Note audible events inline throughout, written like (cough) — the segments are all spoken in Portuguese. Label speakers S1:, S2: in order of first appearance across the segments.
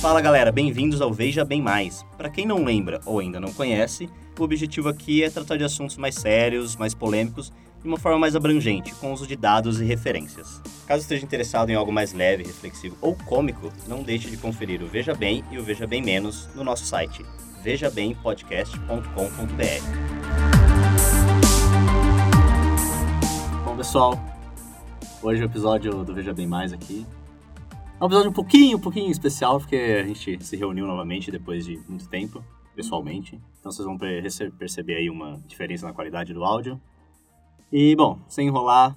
S1: Fala galera, bem-vindos ao Veja Bem Mais. Para quem não lembra ou ainda não conhece, o objetivo aqui é tratar de assuntos mais sérios, mais polêmicos, de uma forma mais abrangente, com uso de dados e referências. Caso esteja interessado em algo mais leve, reflexivo ou cômico, não deixe de conferir o Veja Bem e o Veja Bem Menos no nosso site, vejabempodcast.com.br. Bom, pessoal, hoje é o episódio do Veja Bem Mais aqui. É um episódio um pouquinho, um pouquinho especial, porque a gente se reuniu novamente depois de muito tempo, pessoalmente. Então vocês vão pre- rece- perceber aí uma diferença na qualidade do áudio. E, bom, sem enrolar,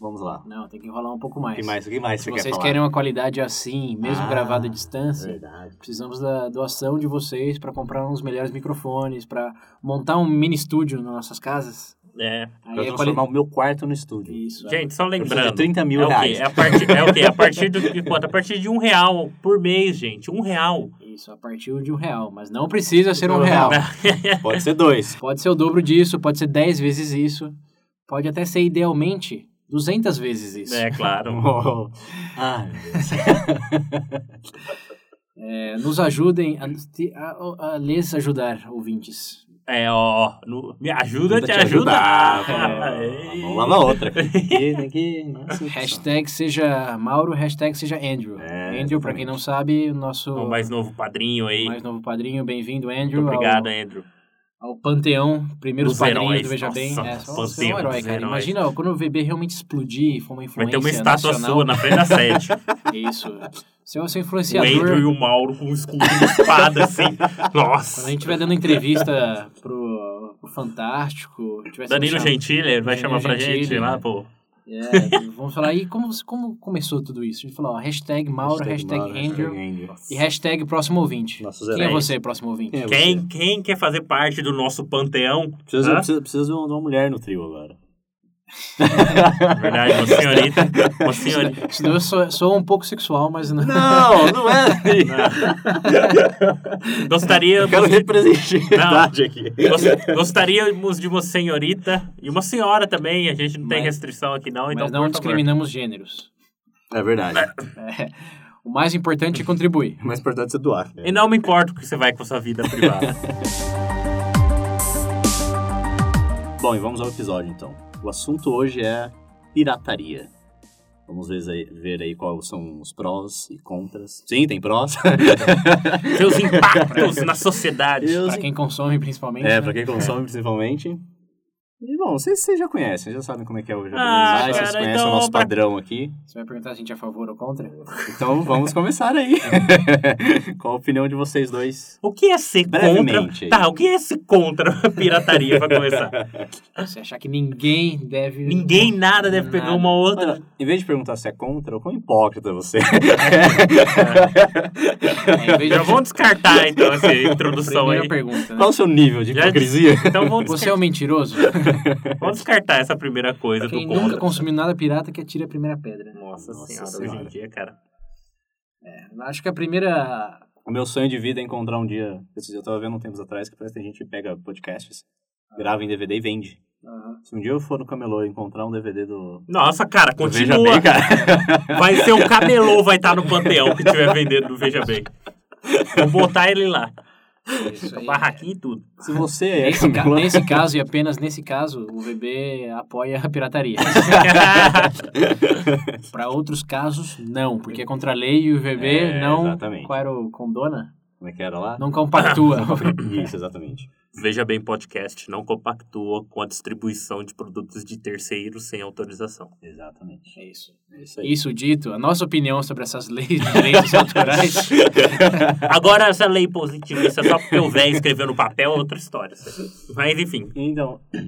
S1: vamos lá.
S2: Não, tem que enrolar um pouco
S1: O
S2: mais.
S1: que mais, o que mais
S2: Se
S1: você quer
S2: vocês
S1: falar?
S2: querem um uma qualidade assim, mesmo
S1: Ah,
S2: gravada à distância,
S1: Verdade.
S2: precisamos da doação de vocês para comprar uns melhores microfones, para montar um mini estúdio nas nossas casas.
S3: É.
S1: eu vou
S2: Aí é quali-
S1: transformar o meu quarto no estúdio.
S2: Isso. é.
S3: Gente, só
S1: Eu preciso de
S3: lembrando.
S1: 30 mil
S3: é o quê?
S1: um reais.
S3: É a partir, é o quê? A partir do que quanto? A partir de um real por mês, gente. Um real.
S2: Isso, a partir de um real. Mas não precisa ser um
S3: (laughs)
S2: real.
S1: né?
S3: É,
S1: Pode ser
S2: (laughs)
S1: dois.
S2: Pode ser o dobro disso, pode ser 10 vezes isso. Pode até ser, idealmente, 200 vezes isso.
S3: É claro.
S1: ah, meu Deus.
S2: É, nos ajudem a, a, a lhes ajudar, ouvintes.
S3: É, ó. ó, no- me ajuda a te
S1: Tenta
S3: ajudar.
S1: Vamos Uma mão lava a outra. Aqui, tem que- nossa,
S2: Hashtag seja Mauro, hashtag seja Andrew.
S1: É,
S2: Andrew, pra
S1: exatamente.
S2: quem não sabe, o nosso
S3: O mais novo padrinho aí.
S2: mais novo padrinho, bem-vindo, Andrew.
S3: Muito obrigado,
S2: ao,
S3: Andrew.
S2: ao panteão, primeiros
S3: Dos
S2: padrinhos
S3: heróis,
S2: do Veja
S3: nossa,
S2: Bem. É,
S3: nossa,
S2: só você é um
S3: panteão
S2: herói,
S3: dos
S2: cara.
S3: heróis.
S2: Imagina ó, quando o VB realmente explodir e for uma
S3: Vai
S2: influência
S3: ter uma estátua
S2: nacional.
S3: sua na frente da sede.
S2: Isso. Você vai ser
S3: o Andrew e
S2: influenciador.
S3: o Mauro com um escudo e uma espada, assim.
S2: Quando
S3: Nossa.
S2: a gente estiver dando entrevista pro, pro Fantástico... tiver sendo
S3: Danilo
S2: chamado-
S3: Gentili, ele vai
S2: Danilo
S3: chamar pra gente
S2: Gentili,
S3: lá,
S2: né?
S3: pô.
S2: É, vamos falar, e como, como começou tudo isso? A gente falou, ó, hashtag Mauro, hashtag,
S1: Mauro,
S2: Andrew...
S1: hashtag Andrew.
S2: E hashtag próximo ouvinte.
S1: Nossos
S2: Quem é
S1: heróis.
S2: você, próximo ouvinte?
S1: Quem é você?
S3: Quem, quem quer fazer parte do nosso panteão?
S1: Preciso,
S3: Hã?
S1: preciso, preciso de uma de uma mulher no trio agora.
S3: Verdade, uma senhorita.
S1: (laughs)
S3: Uma senhorita.
S2: Senão eu sou, sou um pouco sexual, mas não.
S3: (laughs) Então
S1: Não, não é. (laughs)
S3: Gostaria.
S1: Eu quero representatividade aqui.
S3: Gost- Gostaríamos de uma senhorita e uma senhora também. A gente não tem
S2: Mas-
S3: restrição aqui, não. Então,
S2: mas não
S3: por favor.
S2: discriminamos gêneros.
S1: É verdade.
S2: O mais importante é contribuir.
S1: O mais importante é você doar. né?
S3: E não me importa o que você vai com a sua vida
S2: (laughs)
S3: privada.
S1: Bom, e vamos ao episódio então. O assunto hoje é pirataria. Vamos ver aí, ver aí quais são os prós e contras. Sim, tem
S3: (laughs)
S1: prós.
S3: Seus impactos na sociedade.
S1: (laughs) Eu-
S2: Pra quem consome, principalmente.
S1: É,
S2: né?
S1: pra quem consome principalmente. E bom, vocês, vocês já conhecem, já sabem como é que é o Veja Bem
S3: Ah,
S1: Mais, vocês
S3: cara,
S1: conhecem
S3: então
S1: o nosso
S3: pra-
S1: padrão aqui.
S2: Você vai perguntar se a gente é a favor ou contra?
S1: Então vamos começar
S3: (laughs)
S1: aí. Qual a opinião de vocês dois?
S3: O que é ser contra?
S1: Brevemente aí.
S3: Tá, o que é ser contra a pirataria, pra começar?
S2: (laughs) Você achar que ninguém deve.
S3: Ninguém, nada, deve pegar
S2: Nada.
S3: uma outra.
S1: Olha, em vez de perguntar se é contra, o quão hipócrita você
S3: (laughs)
S2: É, em vez de-
S3: Já vamos
S2: (laughs)
S3: descartar, então, essa introdução
S2: Primeira
S3: aí.
S2: pergunta. né?
S1: Qual o seu nível de
S3: Já
S1: hipocrisia?
S3: Então, vamos
S2: Você é
S3: descartar,
S2: um mentiroso?
S3: vamos descartar essa primeira coisa do né?
S2: Quem nunca
S3: contra.
S2: consumiu nada pirata que atire a primeira pedra. né?
S3: Nossa,
S1: Nossa
S3: senhora,
S1: Senhora.
S3: hoje em dia, cara.
S2: Acho que a primeira.
S1: O meu sonho de vida é encontrar um dia. esses dias Eu tava vendo um tempos atrás que parece que tem gente que pega podcasts, grava em DVD e vende.
S2: Aham.
S1: Se um dia eu for no Camelô e encontrar um DVD do.
S3: Nossa, cara,
S1: do
S3: continua.
S1: Veja Bem, cara. (laughs)
S3: Vai ser um camelô, vai estar no panteão que tiver vendendo do Veja Bem. Vou botar ele lá.
S2: Isso aí.
S3: É um Barraquinho e tudo.
S1: Se você é
S2: Nesse, ca-
S1: Camelô.
S2: nesse caso e apenas nesse caso, o VB apoia a pirataria. Para outros casos, não, porque é contra a lei e o VB
S1: É,
S2: não.
S1: exatamente.
S2: Qual era o condona?
S1: Como é que era lá? (laughs)
S2: Não compactua.
S1: Isso, exatamente.
S3: (laughs) Veja Bem Podcast não compactua com a distribuição de produtos de terceiros sem autorização.
S1: Exatamente.
S2: É isso.
S1: É isso aí.
S2: Isso dito, a nossa opinião sobre essas leis de direitos
S1: (laughs)
S2: autorais.
S3: Agora, essa lei positivista é só porque o velho escreveu no papel é outra história. sabe? Mas, enfim,
S1: Então. (clears throat)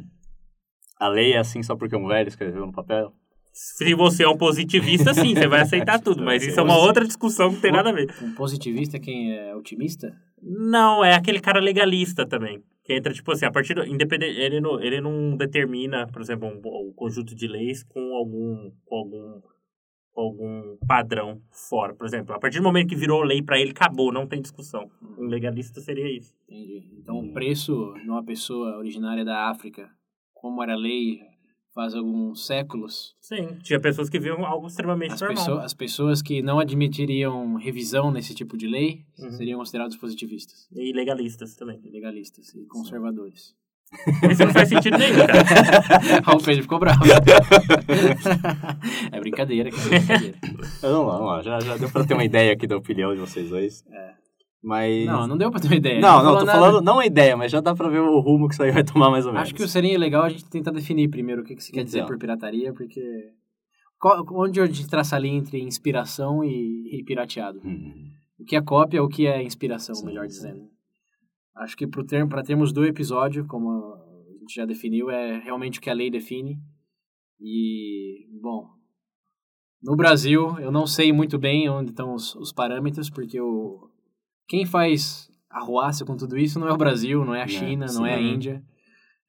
S1: A lei é assim só porque um velho escreveu no papel?
S3: se você é um positivista, sim, você vai aceitar tudo. Mas isso é uma outra discussão que não tem nada a ver.
S2: Um positivista é quem é otimista?
S3: Não, é aquele cara legalista também. Que entra, tipo assim, a partir do. Independente, ele, não, ele não determina, por exemplo, um, o conjunto de leis com algum. com algum. com algum padrão fora. Por exemplo, a partir do momento que virou lei pra ele, acabou, não tem discussão. Um legalista seria isso.
S1: Uhum.
S2: Entendi. Então, o preço de uma pessoa originária da África, como era a lei, faz alguns séculos.
S3: Sim, tinha pessoas que viam algo extremamente
S2: As,
S3: normal.
S2: pessoa- as pessoas que não admitiriam revisão nesse tipo de lei
S3: Uhum.
S2: seriam considerados positivistas,
S3: E legalistas também.
S2: legalistas e conservadores.
S3: Isso não faz sentido nenhum,
S2: (laughs)
S1: (laughs)
S3: cara.
S2: Raul Pedro ficou bravo. é
S1: (laughs)
S2: brincadeira, cara, é brincadeira.
S1: Vamos lá, vamos lá. Já, já deu pra ter uma ideia aqui da opinião de vocês dois. Mas.
S2: É. Não, é. não deu pra ter uma ideia.
S1: não, não, tô
S2: nada.
S1: falando, não a ideia, mas já dá pra ver o rumo que isso aí vai tomar mais ou menos.
S2: Acho que seria legal a gente tentar definir primeiro o que, que se quer dizer
S1: Então.
S2: por pirataria, porque. qual- onde a gente traça a linha entre inspiração e, e pirateado?
S1: Hum.
S2: O que é cópia, o que é inspiração,
S1: Sim,
S2: melhor
S1: sim.
S2: dizendo. Acho que para termo, pra termos do episódio, como a gente já definiu, é realmente o que a lei define. E, bom, no Brasil, eu não sei muito bem onde estão os, os parâmetros, porque o, quem faz arruaça com tudo isso não é o Brasil, não é a
S1: Né,
S2: China,
S1: sim.
S2: não é a Índia,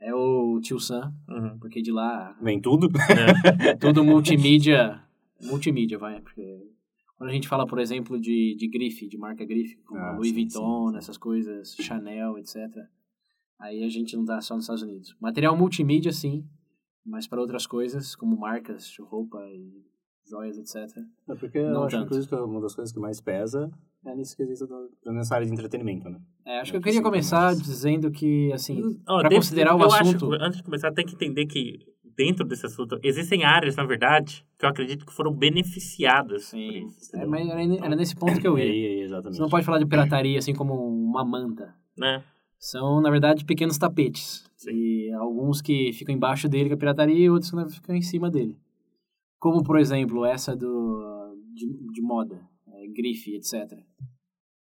S2: é o Tio Sam,
S3: Uhum,
S2: porque de lá
S1: Nem tudo.
S3: né?
S2: todo multimídia. multimídia, vai. Porque quando a gente fala, por exemplo, de, de grife, de marca grife, como
S1: Ah,
S2: Louis
S1: sim,
S2: Vuitton,
S1: sim, sim.
S2: essas coisas, Chanel, etc. Aí a gente não dá só nos Estados Unidos. Material multimídia, sim, mas para outras coisas, como marcas, roupa e joias, etc.
S1: É porque
S2: Não
S1: eu acho,
S2: tanto.
S1: inclusive, que uma das coisas que mais pesa é nesse quesito do- da nessa área de entretenimento, né?
S2: É, acho
S1: É,
S2: que eu
S1: que
S2: queria
S1: sim, Hum,
S2: começar
S1: mas-
S2: dizendo que, assim,
S3: Hum, Ó,
S2: para
S3: dentro-
S2: considerar o
S3: eu acho
S2: assunto.
S3: que, antes de começar, tem que entender que dentro desse assunto existem áreas, na verdade, que eu acredito que foram beneficiadas. por
S2: Sim,
S3: isso,
S2: é,
S3: entendeu?
S2: mas era, era nesse ponto que eu
S1: E
S2: ia.
S1: aí, É, exatamente.
S2: Você não pode falar de pirataria assim como uma manta.
S3: Né?
S2: São, na verdade, pequenos tapetes.
S3: Sim.
S2: E alguns que ficam embaixo dele, que é pirataria, e outros que ficam em cima dele. Como, por exemplo, essa do, de, de moda, é, grife, etc.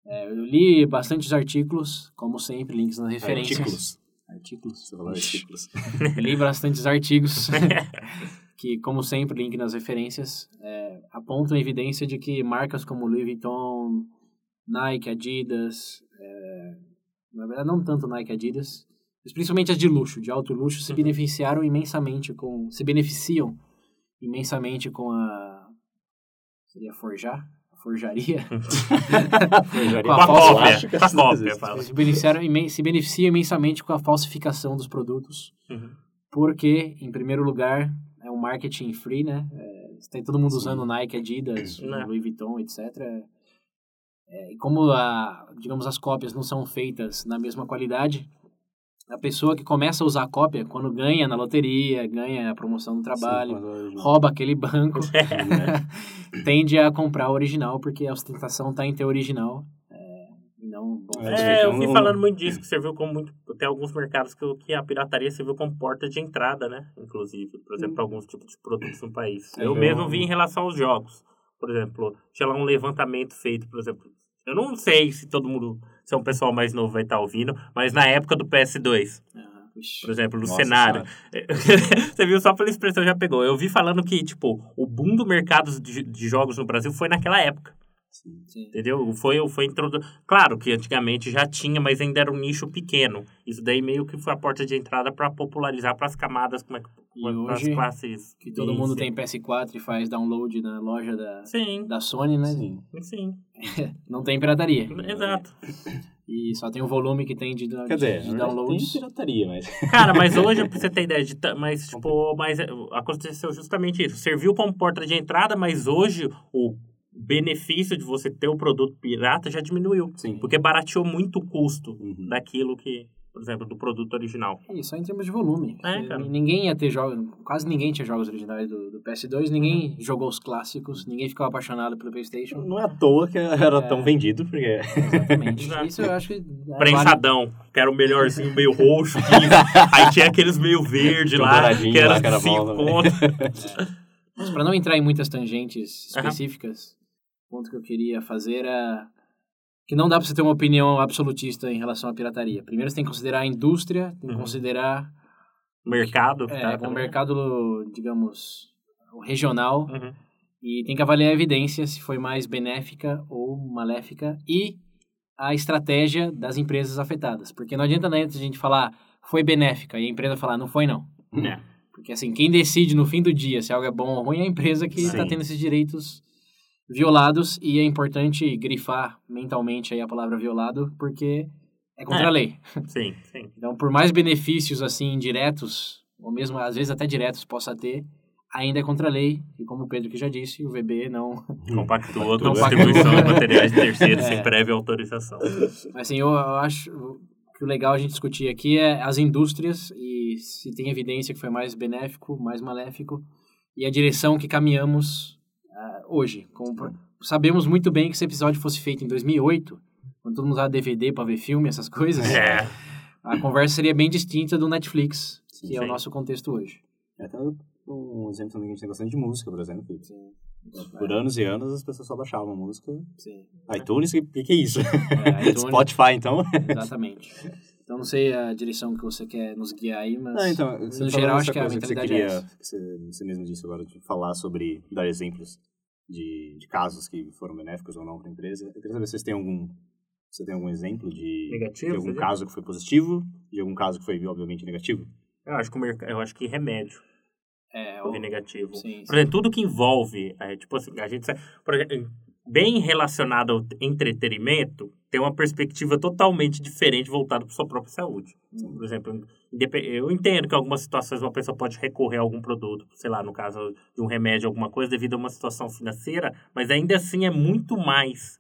S2: É, eu li bastantes artiglos, como sempre, links nas referências.
S1: Artículos.
S2: Artículos.
S1: Você falou (laughs) artículos.
S2: li bastantes artigos, (laughs) que, como sempre, link nas referências, é, apontam a evidência de que marcas como Louis Vuitton, Nike, Adidas, é, na verdade, não tanto Nike, Adidas, mas principalmente as de luxo, de alto luxo, se beneficiaram imensamente com, se beneficiam imensamente com a, seria forjar? A Forjaria?
S1: Com
S2: a
S3: cópia,
S1: plástica,
S3: com a
S1: essas coisas.
S3: cópia,
S2: (laughs)
S3: fala.
S2: se, beneficiaram, imen- se beneficiam imensamente com a falsificação dos produtos
S3: Uhum.
S2: porque, em primeiro lugar, é um marketing free, né? É, tem todo mundo
S1: Sim.
S2: usando Nike, Adidas,
S3: Né.
S2: Louis Vuitton, etc. É, e como, a, digamos, as cópias não são feitas na mesma qualidade, a pessoa que começa a usar a cópia, quando ganha na loteria, ganha a promoção do trabalho,
S1: Sim, quando- É.
S2: rouba
S1: (laughs)
S2: aquele banco, (laughs) tende a comprar o original, porque a ostentação está em ter o original. é, e não, bom,
S1: É,
S3: É, eu vi
S1: Então,
S3: falando muito disso, que serviu como muito. Tem alguns mercados que, o- que a pirataria serviu como porta de entrada, né? Inclusive, por exemplo, para alguns tipos de produtos no país.
S1: É, eu-
S3: eu mesmo vi em relação aos jogos. Por exemplo, tinha lá um levantamento feito, por exemplo. Eu não sei se todo mundo, se é um pessoal mais novo vai estar ouvindo, mas na época do PS2,
S2: ah, puxa.
S3: por exemplo, no
S1: Nossa
S3: cenário. (laughs) Você viu só pela expressão, já pegou. Eu vi falando que, tipo, o boom do mercado de- de jogos no Brasil foi naquela época.
S1: Sim.
S2: Sim.
S3: Entendeu? Foi, foi introdu... Claro que antigamente já tinha, mas ainda era um nicho pequeno. Isso daí meio que foi a porta de entrada para popularizar para as camadas, como é que
S2: E
S3: as
S2: hoje,
S3: classes.
S2: Que todo
S3: B,
S2: mundo
S3: C.
S2: tem PS4 e faz download na loja da,
S3: Sim,
S2: da Sony, né?
S1: Sim.
S3: sim.
S2: Não tem pirataria.
S3: Exato.
S2: E só tem o volume que tem de, de,
S1: Quer dizer,
S2: de
S1: na verdade,
S2: downloads.
S1: tem pirataria, mas... (laughs)
S3: Cara, mas hoje, pra você ter ideia de. ta- Mas, tipo, mas é, aconteceu justamente isso. Serviu como porta de entrada, mas hoje o benefício de você ter o produto pirata já diminuiu.
S1: Sim.
S3: Porque barateou muito o custo
S1: Uhum.
S3: daquilo que, por exemplo, do produto original.
S2: E só em termos de volume.
S3: É,
S2: Porque
S3: cara.
S2: Ninguém ia ter jogos. Quase ninguém tinha jogos originais do, do PS2, ninguém jogou os clássicos, ninguém ficava apaixonado pelo PlayStation.
S1: Não é à toa que era
S2: É.
S1: tão vendido, porque...
S2: Exatamente.
S3: Exato.
S2: Isso eu acho que. é válido.
S3: prensadão, que era o melhorzinho meio roxo, 15.
S1: (laughs)
S3: aí tinha aqueles meio verde
S1: Tinha um
S3: lá,
S1: douradinho
S3: que era,
S1: lá, que era bom
S3: cinco
S1: também.
S3: conto.
S2: Mas para não entrar em muitas tangentes
S3: Aham.
S2: específicas, o ponto que eu queria fazer era que não dá para você ter uma opinião absolutista em relação à pirataria. Primeiro você tem que considerar a indústria, tem que
S3: Uhum.
S2: considerar
S3: Mercado.
S2: É,
S3: tá,
S2: com o
S3: também.
S2: mercado, digamos, regional.
S3: Uhum.
S2: E tem que avaliar a evidência se foi mais benéfica ou maléfica. E a estratégia das empresas afetadas. Porque não adianta nada a gente falar, foi benéfica, e a empresa falar, não foi não.
S3: É.
S2: Porque assim, quem decide no fim do dia se algo é bom ou ruim é a empresa que está
S1: Sim.
S2: tendo esses direitos violados. E é importante grifar mentalmente aí a palavra violado, porque é contra
S3: É.
S2: a lei.
S3: Sim, sim.
S1: (laughs)
S2: Então, por mais benefícios assim indiretos, ou mesmo às vezes até diretos possa ter, ainda é contra a lei, e como o Pedro que já disse, o VB não...
S3: Compactua com
S2: Compactua.
S1: (laughs)
S3: distribuição de materiais de terceiros
S2: É.
S3: sem prévia autorização.
S2: Mas assim, eu, eu acho que o legal a gente discutir aqui é as indústrias e se tem evidência que foi mais benéfico, mais maléfico, e a direção que caminhamos ah, hoje. Como pro- Sabemos muito bem que se esse episódio fosse feito em 2008, quando todo mundo usava DVD para ver filme, essas coisas,
S3: É.
S2: a conversa seria bem distinta do Netflix,
S1: Sim,
S2: que é o
S3: sim.
S2: nosso contexto hoje.
S1: É até um exemplo também que a gente tem bastante de música, por exemplo. que Por anos e anos as pessoas só baixavam música.
S2: Sim.
S1: iTunes, o que, que É. é isso?
S2: É, iTunes,
S1: (laughs) Spotify, então?
S2: Exatamente. Então não sei a direção que você quer nos guiar aí, mas...
S1: Ah, então,
S2: no
S1: você
S2: geral,
S1: falou
S2: acho
S1: essa
S2: que a
S1: coisa que você
S2: mentalidade é
S1: queria,
S2: essa.
S1: que você, você mesmo disse agora, de falar sobre, dar exemplos de, de casos que foram benéficos ou não para a empresa. Eu queria saber se vocês têm algum, você tem algum exemplo de,
S3: Negativo,
S1: de algum
S3: você diz?
S1: caso que foi positivo, de algum caso que foi, obviamente, negativo.
S3: Eu acho que, o merc- eu acho que remédio
S2: É,
S3: foi
S2: o-
S3: negativo.
S2: Sim,
S3: Por exemplo, tudo que envolve, é, tipo assim, a gente sabe, por exemplo, bem relacionado ao entretenimento, tem uma perspectiva totalmente diferente voltada para sua própria saúde. Por exemplo, indepe- eu entendo que em algumas situações uma pessoa pode recorrer a algum produto, sei lá, no caso de um remédio, alguma coisa, devido a uma situação financeira, mas ainda assim é muito mais,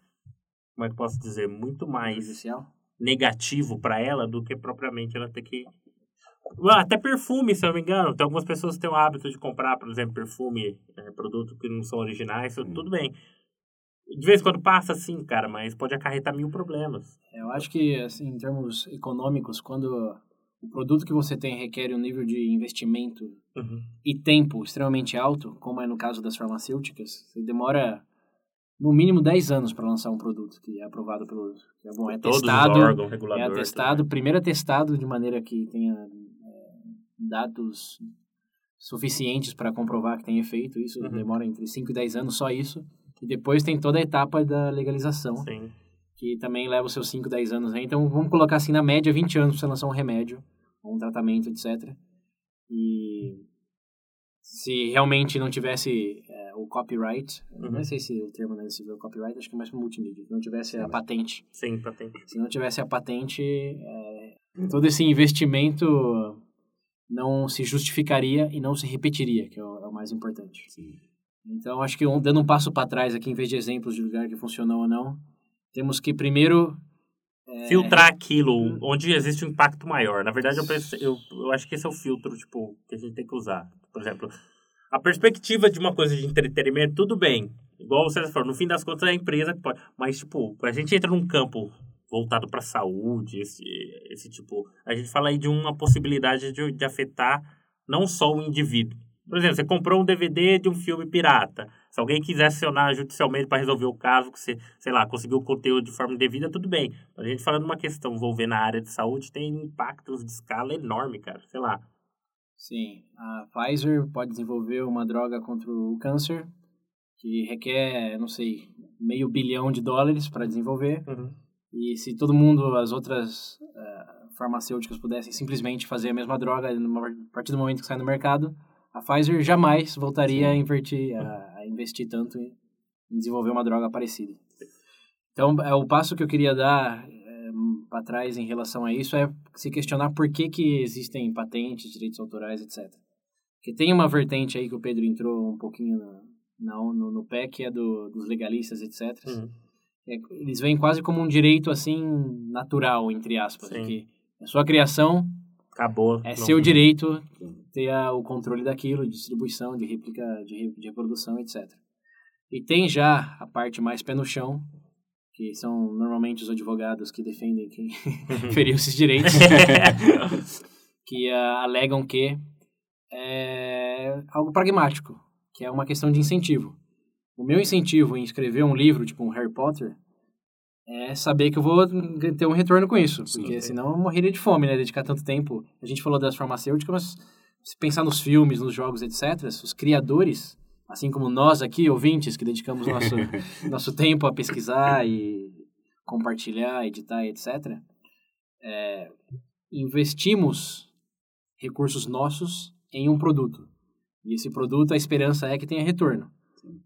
S3: como é que eu posso dizer, muito mais
S2: Judicial?
S3: negativo pra ela do que propriamente ela ter que. Ah, Até perfume, se eu não me engano. Tem algumas pessoas que têm o hábito de comprar, por exemplo, perfume, é, produto que não são originais, isso
S1: Hum.
S3: tudo bem. De vez em quando passa, sim, cara, mas pode acarretar mil problemas.
S2: Eu acho que, assim, em termos econômicos, quando o produto que você tem requer um nível de investimento
S3: Uhum.
S2: e tempo extremamente alto, como é no caso das farmacêuticas, você demora no mínimo 10 anos para lançar um produto que é aprovado pelo. que É, bom, é
S3: Todos
S2: testado.
S3: os órgãos
S2: É
S3: reguladores.
S2: atestado, primeiro atestado de maneira que tenha é, dados suficientes para comprovar que tem efeito. Isso
S3: Uhum.
S2: demora entre 5 e 10 anos, só isso. E depois tem toda a etapa da legalização.
S3: Sim.
S2: que também leva os seus 5, 10 anos. Né? Então, vamos colocar assim, na média, 20 anos para você lançar um remédio, ou um tratamento, etc. E se realmente não tivesse é, o copyright, eu
S3: Uhum. É,
S2: não sei se o termo né, se é o copyright, acho que é mais para multimídia, se não tivesse a
S1: Sim.
S2: patente.
S3: Sim, patente.
S2: Se não tivesse a patente, é, todo esse investimento não se justificaria e não se repetiria, que é o- é o mais importante.
S1: Sim.
S2: (laughs) Então, acho que um- dando um passo para trás aqui, em vez de exemplos de lugar que funcionou ou não, temos que primeiro. é,
S3: Filtrar aquilo onde existe um impacto maior. Na verdade, eu, penso, eu, eu acho que esse é o filtro tipo, que a gente tem que usar. Por exemplo, a perspectiva de uma coisa de entretenimento, tudo bem. Igual você falou, no fim das contas é a empresa que pode. Mas, tipo, a gente entra num campo voltado para saúde, esse, esse tipo. A gente fala aí de uma possibilidade de, de afetar não só o indivíduo. Por exemplo, você comprou um DVD de um filme pirata. Se alguém quiser acionar judicialmente para resolver o caso, que você, sei lá, conseguiu o conteúdo de forma indevida, tudo bem. A gente falando de uma questão envolvendo a área de saúde, tem impactos de escala enorme, cara. Sei lá.
S2: Sim, a Pfizer pode desenvolver uma droga contra o câncer, que requer, não sei, meio bilhão de dólares para desenvolver.
S3: Uhum.
S2: E se todo mundo, as outras eh, farmacêuticas pudessem simplesmente fazer a mesma droga numa- a partir do momento que sai no mercado, a Pfizer jamais voltaria a, invertir, a, a investir tanto em em desenvolver uma droga parecida. Então, é o passo que eu queria dar para trás em relação a isso é se questionar por que, que existem patentes, direitos autorais, etc. Porque tem uma vertente aí que o Pedro entrou um pouquinho na, na, no, no pé, que é do, dos legalistas, etc.
S3: Uhum.
S2: É, eles veem quase como um direito, assim, natural, entre aspas.
S3: Sim.
S2: Que a sua criação
S3: Acabou.
S2: é
S3: Não-
S2: seu direito ter a- o controle daquilo, de distribuição, de réplica, de, re- de reprodução, etc. E tem já a parte mais pé no chão, que são normalmente os advogados que defendem quem (laughs) feriu esses direitos, que ah, alegam que é algo pragmático, que é uma questão de incentivo. O meu incentivo em escrever um livro, tipo um Harry Potter, é saber que eu vou ter um retorno com isso.
S1: Sim.
S2: porque senão eu morreria de fome, né? Dedicar tanto tempo. A gente falou das farmacêuticas, mas se pensar nos filmes, nos jogos, etc., os criadores, assim como nós aqui, ouvintes, que dedicamos nosso, nosso tempo a pesquisar e compartilhar, editar, etc., é, investimos recursos nossos em um produto. E esse produto, a esperança é que tenha retorno.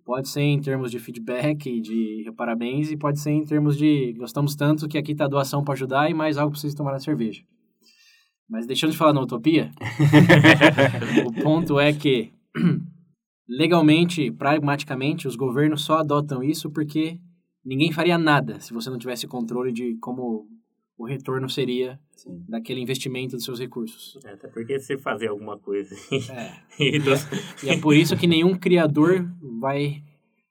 S2: Pode ser em termos de feedback, de parabéns, e pode ser tá em termos de gostamos tanto que aqui está a doação para ajudar e mais algo para vocês tomarem a cerveja. Mas deixando de falar na utopia, o ponto é que, (clears throat) legalmente, pragmaticamente, os governos só adotam isso porque ninguém faria nada se você não tivesse controle de como o retorno seria
S1: Sim.
S2: daquele investimento dos seus
S3: (laughs)
S2: recursos.
S3: É, Até porque se fazer alguma coisa (laughs)
S2: É.
S3: e do-
S2: E é por isso que nenhum criador vai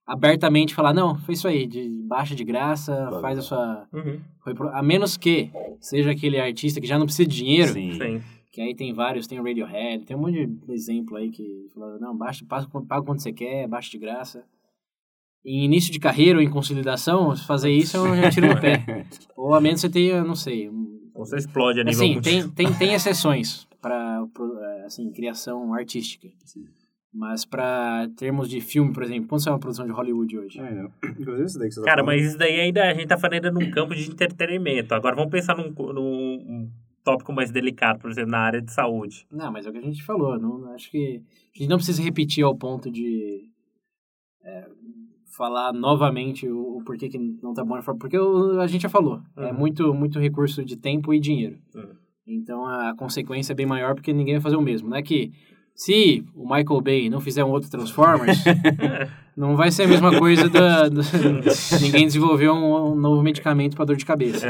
S2: abertamente falar, não, fez isso aí, de baixa de graça,
S1: Claro.
S2: faz a sua...
S3: Uhum,
S2: foi pro-" A menos que seja aquele artista que já não precisa de dinheiro,
S1: Sim.
S3: sim.
S2: que aí tem vários, tem o Radiohead, tem um monte de exemplo aí que falaram, não, baixa, passa, paga quando você quer, baixa de graça. Em início de carreira ou em consolidação, se fazer isso é um é um tiro no pé. Ou a menos você tenha, não sei, um-
S3: Ou Você explode a nível
S2: Assim,
S3: mundial.
S2: tem, tem, tem exceções para assim, criação artística.
S1: Sim.
S2: Mas para termos de filme, por exemplo, quanto é uma produção de Hollywood hoje?
S1: É, não. Inclusive isso daí que você tá
S3: Cara,
S1: falando.
S3: mas isso daí ainda a gente tá falando ainda num campo de entretenimento. Agora vamos pensar num, co- num um tópico mais delicado, por exemplo, na área de saúde. (laughs)
S2: Não, mas é o que a gente falou. Não, acho que a gente não precisa repetir ao ponto de é, falar novamente o, o porquê que não tá bom. Porque o- a gente já falou. É
S3: Uhum.
S2: muito, muito recurso de tempo e dinheiro.
S3: Uhum.
S2: Então a consequência é bem maior porque ninguém vai fazer o mesmo. Não é que se o Michael Bay não fizer um outro Transformers, não vai ser a mesma coisa da, do- (laughs) ninguém desenvolveu um, um novo medicamento para dor de cabeça.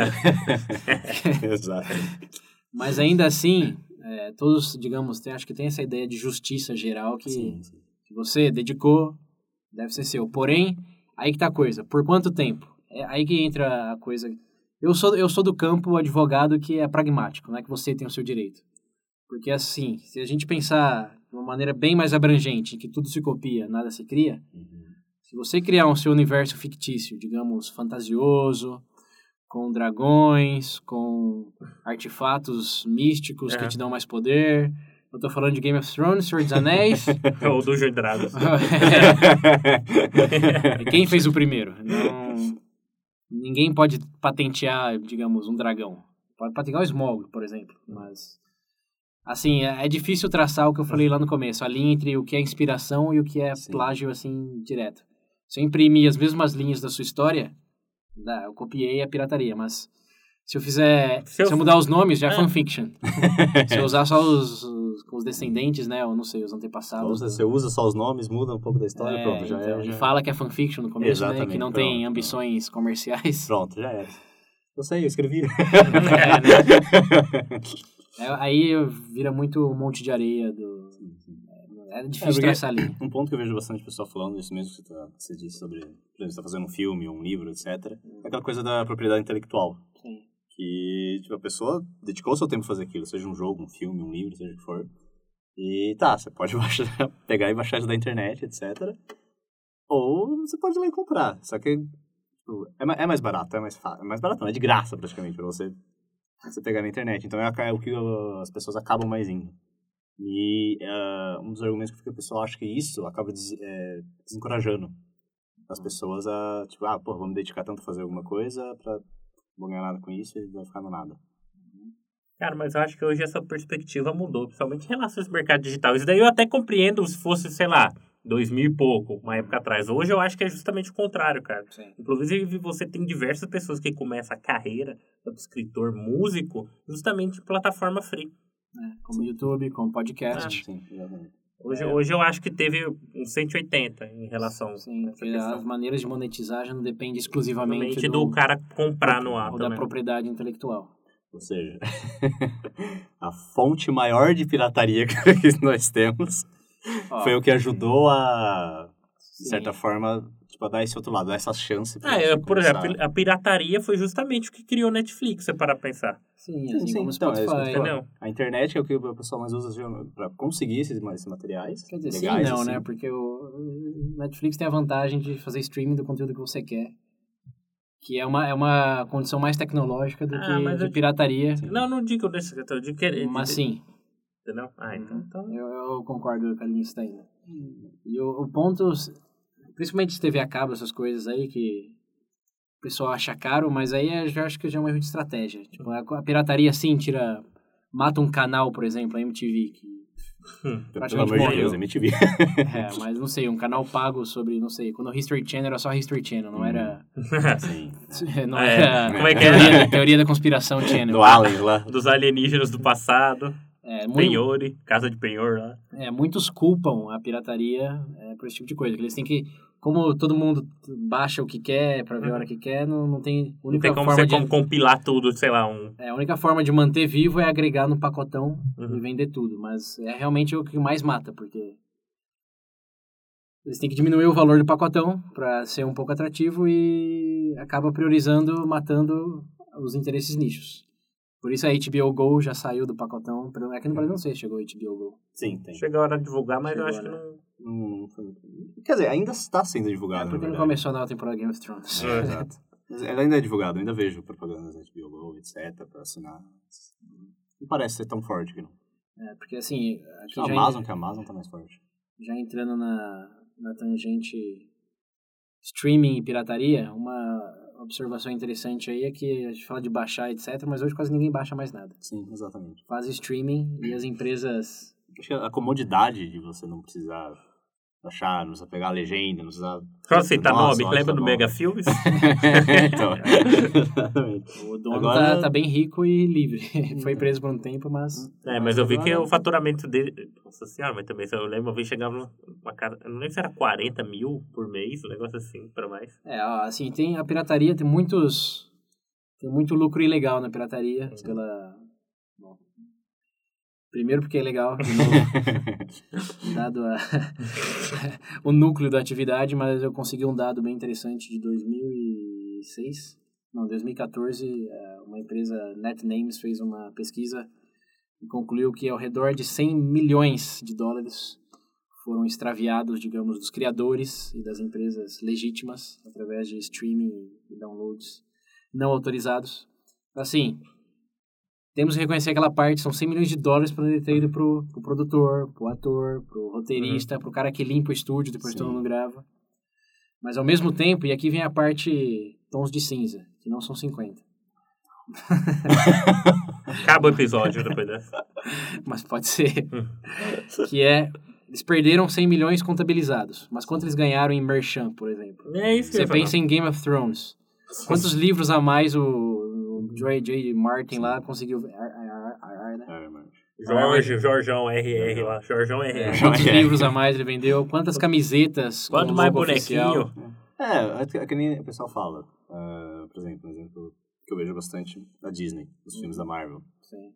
S1: (laughs) Exato.
S2: Mas ainda assim, é, todos, digamos, tem, acho que tem essa ideia de justiça geral que,
S1: Sim, sim.
S2: que você dedicou, deve ser seu. Porém, aí que tá a coisa. Por quanto tempo? É aí que entra a coisa. Eu sou, eu sou do campo advogado que é pragmático, não é que você tem o seu direito. Porque assim, se a gente pensar de uma maneira bem mais abrangente, que tudo se copia, nada se cria, se você criar um seu universo fictício, digamos, fantasioso, com dragões, com artefatos místicos
S3: É.
S2: que te dão mais poder. Eu tô falando de Game of Thrones, Senhor dos Anéis. (laughs)
S3: Ou do Júlio Drago.
S2: E Quem fez o primeiro? Não- Ninguém pode patentear, digamos, um dragão. Pode patentear o Smog, por exemplo, mas... Assim, é é difícil traçar o que eu falei lá no começo, a linha entre o que é inspiração e o que é
S1: Sim.
S2: plágio, assim, direto. Se eu imprimir as mesmas linhas da sua história, dá, eu copiei a pirataria, mas se eu fizer...
S3: Se
S2: Se
S3: eu
S2: eu,
S3: fi-
S2: mudar os nomes, já é
S3: Ah.
S2: fanfiction. se eu usar só os, os, os descendentes, né, ou não sei, os antepassados.
S1: Você usa só os nomes, muda um pouco da história,
S2: É,
S1: pronto, já
S2: então,
S1: é.
S2: E
S1: Já...
S2: fala que é fanfiction no começo, né?
S1: Exatamente,
S2: Que não
S1: pronto,
S2: tem
S1: pronto.
S2: ambições comerciais.
S1: Pronto, já é. Eu sei, eu escrevi.
S2: (laughs) É, né? (laughs) É, Aí vira muito um monte de areia do... É
S1: É,
S2: difícil
S1: porque- (coughs)
S2: traçar ali.
S1: Um ponto que eu vejo bastante pessoal falando, isso mesmo que você, tá, você disse sobre, por exemplo, você tá fazendo um filme, um livro, etc. É aquela coisa da propriedade intelectual.
S2: Sim.
S1: Que, tipo, a pessoa dedicou o seu tempo a fazer aquilo, seja um jogo, um filme, um livro, seja o que for. E tá, você pode (laughs) baixar, pegar e baixar isso da internet, etc. Ou você pode ir lá e comprar. Só que tipo, é, ma- é mais barato, é mais fácil. É mais barato, não, é de graça praticamente pra você, pra você pegar na internet. Então é, a- é o que uh, as pessoas acabam mais indo. E ah, um dos argumentos que fica, o pessoal acha que isso acaba des- eh, desencorajando as
S2: Uhum.
S1: pessoas a, tipo, ah, pô, vamos dedicar tanto a fazer alguma coisa pra não ganhar nada com isso e vai ficar no nada.
S3: Cara, mas eu acho que hoje essa perspectiva mudou, principalmente em relação ao mercado digital. Isso daí eu até compreendo se fosse, sei lá, 2000 e pouco, uma época atrás. Hoje eu acho que é justamente o contrário, cara.
S2: Sim.
S3: Inclusive, você tem diversas pessoas que começam a carreira como escritor, músico, justamente em plataforma free.
S2: É, como YouTube, como podcast.
S1: Sim, exatamente.
S3: Hoje,
S2: É.
S3: hoje eu acho que teve uns 180 em relação
S2: Sim,
S3: a essa
S2: porque
S3: questão.
S2: as maneiras de monetizar já não dependem exclusivamente
S3: Principalmente
S2: do,
S3: do cara comprar no
S2: ou
S3: app,
S2: da
S3: né?
S2: propriedade intelectual.
S1: Ou seja, (laughs) a fonte maior de pirataria (laughs) que nós temos
S2: Ó,
S1: foi o que ajudou a, de
S2: sim.
S1: certa forma, tipo, a dar esse outro lado, dar essa chance. pra
S3: Ah, é,
S1: você
S3: por
S1: começar.
S3: exemplo, a pirataria foi justamente o que criou o Netflix, você parar pra pensar.
S2: Sim, assim
S1: sim, então, é
S2: como
S1: isso que eu
S2: Spotify.
S1: tô falando.
S3: Entendeu?
S1: A internet é o que o pessoal mais usa assim, pra conseguir esses, ma- esses materiais.
S2: Quer dizer,
S1: legais,
S2: sim e não,
S1: assim.
S2: né? Porque o o Netflix tem a vantagem de fazer streaming do conteúdo que você quer. Que é uma, é uma condição mais tecnológica do
S3: Ah,
S2: que
S3: mas
S2: de
S3: eu-
S2: pirataria.
S3: Não, não digo desse eu digo que...
S2: Mas sim,
S3: Entendeu? Ah,
S2: Uhum.
S3: então... então...
S2: eu, eu concordo com a lista ainda. né? E o, o ponto, principalmente TV a cabo, essas coisas aí que o pessoal acha caro, mas aí eu já acho que já é um erro de estratégia. Tipo, a, a pirataria sim tira. Mata um canal, por exemplo, a MTV, que
S1: Pelo amor de
S2: morreu.
S1: Deus,
S2: (laughs)
S1: MTV.
S2: É, mas não sei, um canal pago sobre, não sei, quando o History Channel era só History Channel, não era. (laughs)
S1: Sim.
S2: Não
S3: É,
S2: era.
S3: como é que era?
S2: teoria, teoria da conspiração Channel.
S1: No Allen lá.
S3: Dos alienígenas do passado,
S2: É, muito-
S3: Penhore, Casa de Penhor lá.
S2: é, muitos culpam a pirataria é, por esse tipo de coisa. que eles têm que. Como todo mundo baixa o que quer pra ver a hora que quer, não, não tem. a
S3: Uhum. Não
S2: Única
S3: tem como
S2: forma
S3: você
S2: de,
S3: com- compilar tudo, sei lá, um.
S2: é, a única forma de manter vivo é agregar no pacotão e
S3: Uhum.
S2: vender tudo. Mas é realmente o que mais mata, porque. Eles têm que diminuir o valor do pacotão pra ser um pouco atrativo e acaba priorizando, matando os interesses nichos. Por isso a HBO Go já saiu do pacotão. É que no Brasil não sei se chegou a HBO Go.
S1: Sim, tem.
S3: Chega a hora de divulgar, mas eu
S2: Chegou,
S3: acho que
S2: né?
S3: não.
S1: Não- não foi- Quer dizer, ainda está sendo divulgado.
S2: É Porque
S1: na
S2: não
S1: Ah, é verdade.
S2: começou na temporada Game of Thrones.
S1: É, exato. Mas Ela ainda é divulgada, eu ainda vejo propagandas da HBO Go, etc, pra assinar. Não parece ser tão forte que não.
S2: É, porque assim, aqui
S1: Acho que a
S2: já,
S1: Amazon, que a Amazon tá mais forte.
S2: já entrando na, na tangente streaming e pirataria, uma observação interessante aí é que a gente fala de baixar, etc, mas hoje quase ninguém baixa mais nada.
S1: Sim, exatamente.
S2: Faz streaming e as empresas...
S1: Acho que a comodidade de você não precisar achar, não precisa pegar a legenda, não precisa...
S3: Posso citar
S1: Nossa,
S3: nome?
S1: nossa, tá
S3: Lembra do
S1: bom.
S2: (laughs)
S3: Mega
S1: (laughs)
S3: Filmes?
S1: então, exatamente.
S2: O dono
S1: Agora-
S2: tá, tá bem rico e livre. (laughs) Foi preso por um tempo, mas...
S3: É, mas eu vi que o faturamento dele. Nossa senhora, mas também, se eu lembro, uma vez chegava numa- uma cara. Eu não lembro se era 40 mil por mês, um negócio assim, pra mais.
S2: É, ó, assim, tem a pirataria, tem muitos. Tem muito lucro ilegal na pirataria.
S3: Sim.
S2: Pela. bom, primeiro porque é ilegal, de novo, dado a- (laughs) o núcleo da atividade, mas eu consegui um dado bem interessante de 2006. Não, 2014, eh, uma empresa NetNames fez uma pesquisa e concluiu que ao redor de 100 milhões de dólares foram extraviados, digamos, dos criadores e das empresas legítimas através de streaming e downloads não autorizados. Assim, temos que reconhecer aquela parte, são 100 milhões de dólares para ter ido pro, pro produtor, pro ator, pro roteirista, pro cara que limpa o estúdio depois que
S1: Sim.
S2: todo mundo grava. Mas ao mesmo tempo, e aqui vem a parte tons de cinza, que não são 50.
S3: Acaba o episódio depois dessa.
S2: (laughs) mas pode ser. que é. Eles perderam 100 milhões contabilizados. Mas quanto eles ganharam em Merchan, por exemplo?
S3: (laughs) É isso que eu
S2: Você
S3: ia falar.
S2: pensa em Game of Thrones. Quantos livros a mais o, o J.J. Martin lá conseguiu. ar- ar- ar- ar, né?
S1: É, mano.
S3: Jorge, Jorjão RR lá. Jorjão RR.
S2: Quantos
S3: (laughs)
S1: É.
S2: livros a mais ele vendeu? Quantas camisetas? com
S3: Quanto mais
S2: logo Um oficial?
S3: bonequinho.
S1: É, é que, é que nem o pessoal fala. Ah, por exemplo, um exemplo que eu vejo bastante da Disney, dos filmes da Marvel.
S2: Sim.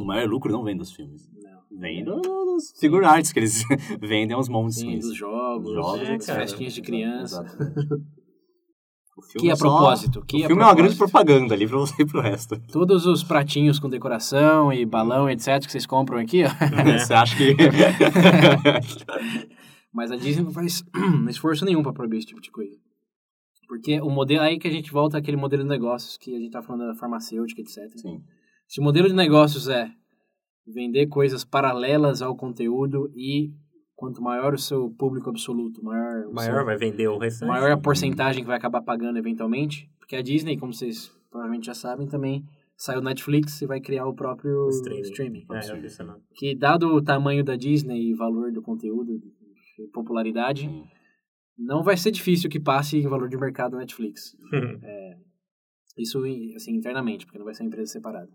S1: O maior lucro não vem dos filmes.
S2: Não.
S1: Vem do- das figure arts que eles (laughs) vendem aos montes com
S2: Sim,
S1: isso.
S2: dos jogos,
S1: Jogos,
S2: das
S3: é, cara.
S2: festinhas de criança.
S1: Exatamente. O filme
S2: Que
S1: é
S2: a
S1: só-
S2: propósito,
S1: O
S2: que a
S1: filme é uma grande
S2: propósito.
S1: propaganda ali pra você e pro
S2: (laughs)
S1: resto. (laughs)
S2: Todos os pratinhos com decoração e balão, etc., que vocês compram aqui, ó. (laughs)
S1: Você acha que.
S2: Mas a Disney não faz (clears throat) esforço nenhum para proibir esse tipo de coisa. Porque o modelo aí que a gente volta àquele modelo de negócios que a gente tá falando da farmacêutica, etc.
S1: Sim.
S2: Se o modelo de negócios é vender coisas paralelas ao conteúdo e quanto maior o seu público absoluto, maior, o
S3: Maior vai vender o
S2: seu-
S3: restante.
S2: maior é a porcentagem que vai acabar pagando eventualmente, porque a Disney, como vocês provavelmente já sabem, também saiu Netflix e vai criar o próprio
S3: Streaming.
S2: streaming
S3: É, eu vi isso (laughs) não.
S2: que dado o tamanho da Disney e valor do conteúdo e popularidade,
S1: Sim.
S2: não vai ser difícil que passe em valor de mercado a Netflix. Isso em- assim, internamente, porque não vai ser uma empresa separada.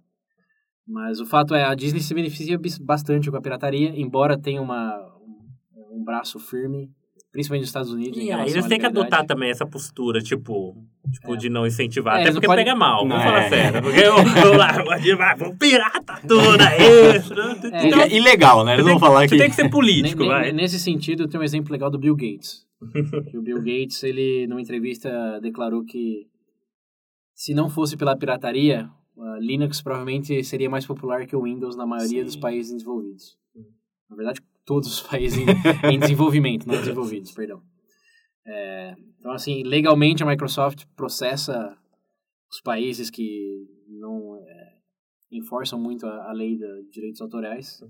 S2: Mas o fato é, a Disney se beneficia bis- bastante com a pirataria, embora tenha uma, um- um braço firme, principalmente nos Estados Unidos. em
S3: E aí
S2: relação
S3: eles
S2: à
S3: têm que
S2: liberdade.
S3: adotar também essa postura, tipo, tipo
S2: É.
S3: de não incentivar.
S2: É,
S3: Até
S2: eles não
S3: porque
S2: podem-
S3: pega mal,
S1: Não,
S3: vamos falar
S1: é.
S3: sério. Porque eu, eu lá, eu vou ativar, vou pirata tudo aí.
S2: É,
S3: Então,
S2: Então-
S1: E- Ilegal, né? Eles vão falar
S3: Você
S1: que.
S3: tem que ser político,
S2: Ne- ne-
S3: vai.
S2: Nesse sentido, tem um exemplo legal do Bill Gates. (laughs) Que o Bill Gates, ele, numa entrevista, declarou que se não fosse pela pirataria, a Linux provavelmente seria mais popular que o Windows na maioria
S1: Sim.
S2: dos países desenvolvidos.
S3: Hum.
S2: Na verdade, todos os países em, em desenvolvimento, não
S3: (laughs)
S2: desenvolvidos, perdão. É, então, assim, legalmente a Microsoft processa os países que não é, enforçam muito a, a lei de direitos autorais.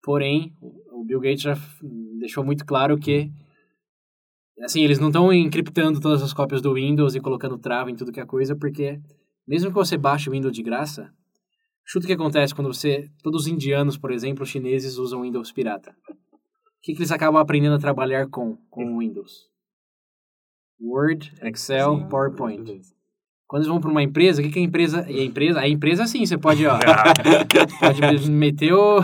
S2: Porém, o Bill Gates já f- deixou muito claro que assim, eles não estão encriptando todas as cópias do Windows e colocando trava em tudo que é coisa, porque mesmo que você baixe o Windows de graça, Chuta o que acontece quando você. Todos os indianos, por exemplo, os chineses usam Windows pirata. O que, que eles acabam aprendendo a trabalhar com, com o Windows? Word, Excel,
S1: Sim.
S2: PowerPoint. Quando eles vão para uma empresa, o que, que a empresa. E a empresa, a empresa sim, você pode,
S3: (laughs)
S2: ó.
S3: Ah,
S2: Pode meter o.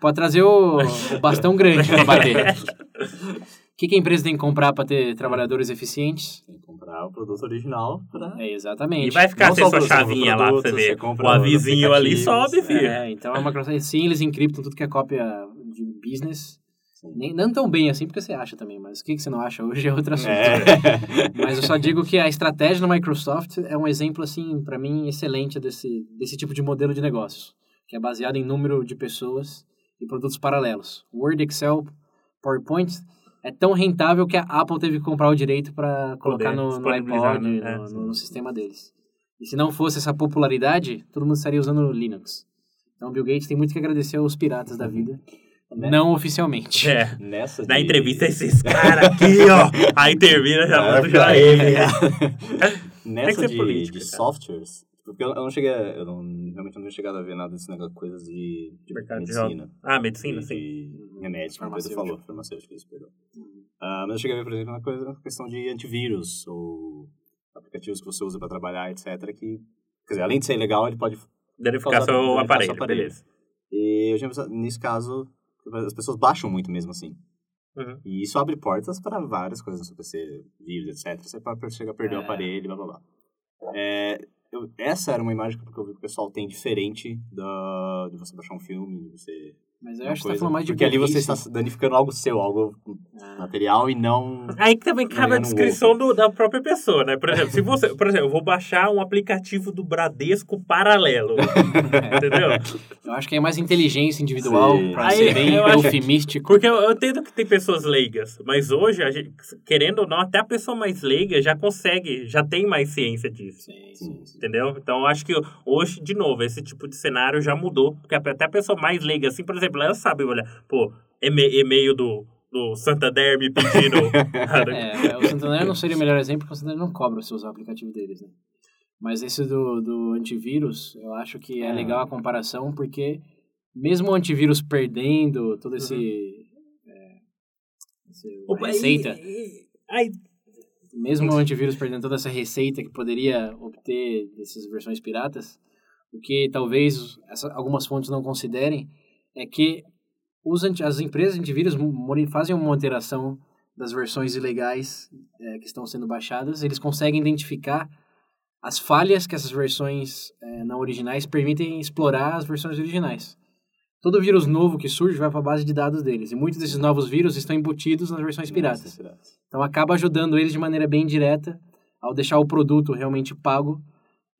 S2: Pode trazer o, o bastão grande para bater. O que, que a empresa tem que comprar para ter trabalhadores eficientes?
S1: Tem que comprar o produto original pra...
S2: É,
S3: E
S2: exatamente.
S3: vai ficar
S1: Não
S3: sem
S1: só
S3: sua
S1: você, você compra
S3: chavinha lá pra
S1: produtos,
S3: você
S1: você
S3: ver.
S1: compra
S3: O avisinho
S1: os
S3: ali sobe,
S1: aplicativos,
S3: filho.
S2: É, então é uma Microsoft. Sim, eles encriptam tudo que é cópia de business. Nem, não tão bem assim, porque você acha também, mas o que, que você não acha hoje é outro
S1: (laughs)
S2: assunto.
S1: É.
S2: Mas eu só digo que a estratégia da Microsoft é um exemplo, assim, para mim, excelente desse, desse tipo de modelo de negócios, que é baseado em número de pessoas e produtos paralelos. Word, Excel, PowerPoint é tão rentável que a Apple teve que comprar o direito para colocar no, no
S3: disponibilizar,
S2: iPod,
S3: né? É,
S2: no, no- no sistema deles. E se não fosse essa popularidade, todo mundo estaria usando o Linux. Então, Bill Gates tem muito que agradecer aos piratas da vida,
S1: Uhum. Né?
S2: não oficialmente.
S3: É.
S1: Nessa
S3: Na
S1: de-
S3: entrevista, esses caras aqui, ó. Aí termina já
S1: Ah,
S3: manda o
S1: pra
S3: joinha. É, (laughs) Tem que
S1: Nessa
S3: ser
S1: de,
S3: político,
S1: de
S3: cara.
S1: softwares, porque eu eu não cheguei, a- eu não, realmente não tinha chegado a ver nada desse negócio, coisas de, de
S3: Mercado de
S1: medicina.
S3: Ah, medicina,
S1: de,
S3: sim.
S1: de remédio, como você
S2: Farmacêutico.
S1: falou, farmacêutico, isso, perdão. Ah, mas eu cheguei a ver, por exemplo, uma, coisa, uma questão de antivírus, ou aplicativos que você usa para trabalhar, etc, que, quer dizer, além de ser legal, ele pode...
S3: Danificar
S1: Causar-
S3: seu
S1: danificar seu
S3: aparelho,
S1: aparelho.
S3: beleza.
S1: E eu tinha pensado, nesse caso, as pessoas baixam muito mesmo assim.
S3: Uhum.
S1: E isso abre portas para várias coisas no seu PC, vírus, etc. Você pode chegar a perder o
S2: É.
S1: aparelho, blá blá blá. É, eu- essa era uma imagem que eu vi que o pessoal tem diferente da, de você baixar um filme, de você.
S2: Mas eu
S1: uma
S2: acho que você
S1: coisa.
S2: tá falando mais de
S1: Porque ali você
S2: burrice.
S1: está danificando algo seu, algo
S2: Ah.
S1: material e
S2: (laughs)
S1: não.
S3: Aí que também cabe a
S1: eu não
S3: descrição do- da própria pessoa, né? Por exemplo, se você, por exemplo, eu vou baixar um aplicativo do Bradesco paralelo. entendeu?
S2: Eu acho que é mais inteligência individual,
S1: Sim.
S2: pra
S3: Aí,
S2: ser bem
S3: eu acho-
S2: eufemístico.
S3: Porque eu, eu entendo que tem pessoas leigas, mas hoje, a gente- querendo ou não, até a pessoa mais leiga já consegue, já tem mais ciência disso.
S2: Sim,
S1: Sim,
S3: Entendeu? Então, eu acho que hoje, de novo, esse tipo de cenário já mudou. Porque até a pessoa mais leiga, assim, por exemplo, ela sabe olhar, pô, e-ma- e-mail do, do Santander me pedindo.
S2: É, o Santander não seria o melhor exemplo, porque o Santander não cobra se usar o aplicativo deles, né? Mas esse do, do antivírus, eu acho que é
S1: Ah.
S2: legal a comparação, porque mesmo o antivírus perdendo todo esse... é, esse-
S3: Uhum. Opa,
S2: a receita,
S3: e- e- aí,
S2: mesmo o antivírus perdendo toda essa receita que poderia obter dessas versões piratas, o que talvez essa- algumas fontes não considerem é que os anti- as empresas de antivírus mo- moni- fazem uma alteração das versões ilegais eh, que estão sendo baixadas, eles conseguem identificar as falhas que essas versões eh, não originais permitem explorar as versões originais. Todo vírus novo que surge vai para a base de dados deles, e muitos desses novos vírus estão embutidos nas versões piratas. Então acaba ajudando eles de maneira bem direta ao deixar o produto realmente pago,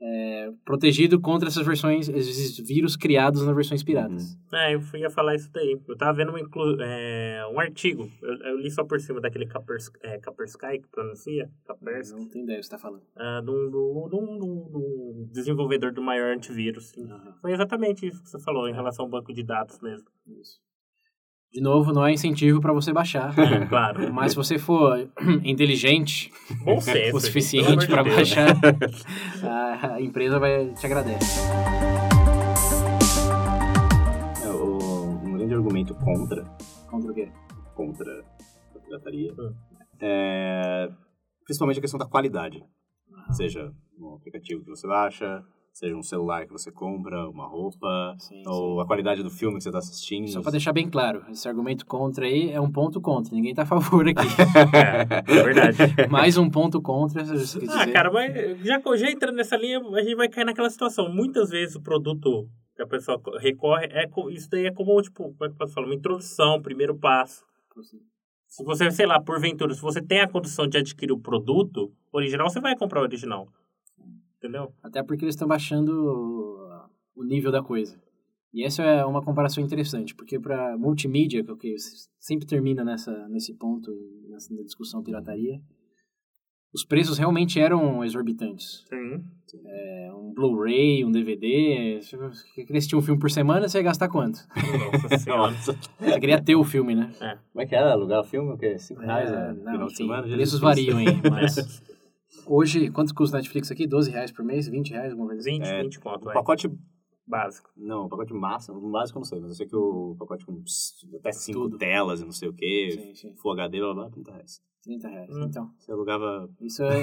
S2: é, protegido contra essas versões, esses vírus criados nas versões piratas.
S3: É, eu fui- ia falar isso daí. Eu tava vendo um, inclu- é, um artigo, eu, eu li só por cima daquele Kapers, é, Kapersky, que pronuncia, Kapers,
S2: Não tenho ideia do que você tá falando.
S3: ah, de, um, de um- de um- de um- de um desenvolvedor do maior antivírus.
S2: Aham.
S3: Foi exatamente isso que você falou em
S2: É.
S3: relação ao banco de dados
S2: (laughs)
S3: mesmo.
S2: Isso. De novo, não é incentivo para você
S3: (laughs)
S2: baixar.
S3: É, claro.
S2: Mas se você for (clears throat) inteligente
S3: Bom senso.
S2: (laughs) o
S3: gente,
S2: suficiente
S3: pelo
S2: para
S3: amor de Deus.
S2: baixar,
S3: (laughs)
S2: a empresa vai te agradece.
S1: É, o- um grande argumento contra
S2: Contra o quê?
S1: contra a pirataria.
S3: Hum.
S1: É, principalmente a questão da qualidade.
S2: Ah.
S1: Seja um aplicativo que você baixa, seja um celular que você compra, uma roupa,
S2: Sim,
S3: Oh,
S1: ou a qualidade do filme que você está assistindo.
S2: Só para deixar bem claro, esse argumento contra aí é um ponto contra. Ninguém tá a favor aqui.
S3: (laughs) É, é
S2: (laughs)
S3: verdade.
S2: Mais um ponto contra, se você quis
S3: Ah,
S2: dizer.
S3: cara, mas já, co- já entrando nessa linha, a gente vai cair naquela situação. Muitas vezes o produto que a pessoa co- recorre, é, co- isso daí é como, tipo, como é que eu posso falar? Uma introdução, primeiro passo. Se você, sei lá, porventura, se você tem a condição de adquirir o produto original, você vai comprar o original. Entendeu?
S2: Até porque eles estão baixando o nível da coisa. E essa é uma comparação interessante, porque para multimídia, que é o que s- sempre termina nessa, nesse ponto, nessa discussão pirataria, os preços realmente eram exorbitantes.
S3: Sim.
S2: É, um Blu-ray, um DVD, se você queria assistir um filme por semana, você ia gastar quanto?
S3: (laughs) Nossa senhora.
S1: Nossa.
S2: Você queria ter o filme, né?
S1: Como é que era? Alugar o filme? O quê? 5 reais?
S2: É,
S1: né? Final
S2: não,
S1: de
S2: sim,
S1: semana? Dia
S2: preços
S1: de (laughs)
S2: variam aí, mas...
S3: Mas,
S2: Hoje, quanto custa o Netflix aqui? 12 reais por mês? 20 reais? Alguma coisa assim?
S3: 20,
S1: É,
S3: 20 conto,
S1: O
S3: vai.
S1: pacote
S3: é Básico.
S1: Não, o pacote massa, o básico eu não sei, mas eu sei que o pacote com ps- até cinco
S2: Tudo.
S1: telas e não sei o quê,
S2: Sim, sim.
S1: Full HD, blá blá, 30 reais.
S2: 30 reais.
S3: Hum.
S2: Então,
S1: Você alugava (laughs)
S2: isso é,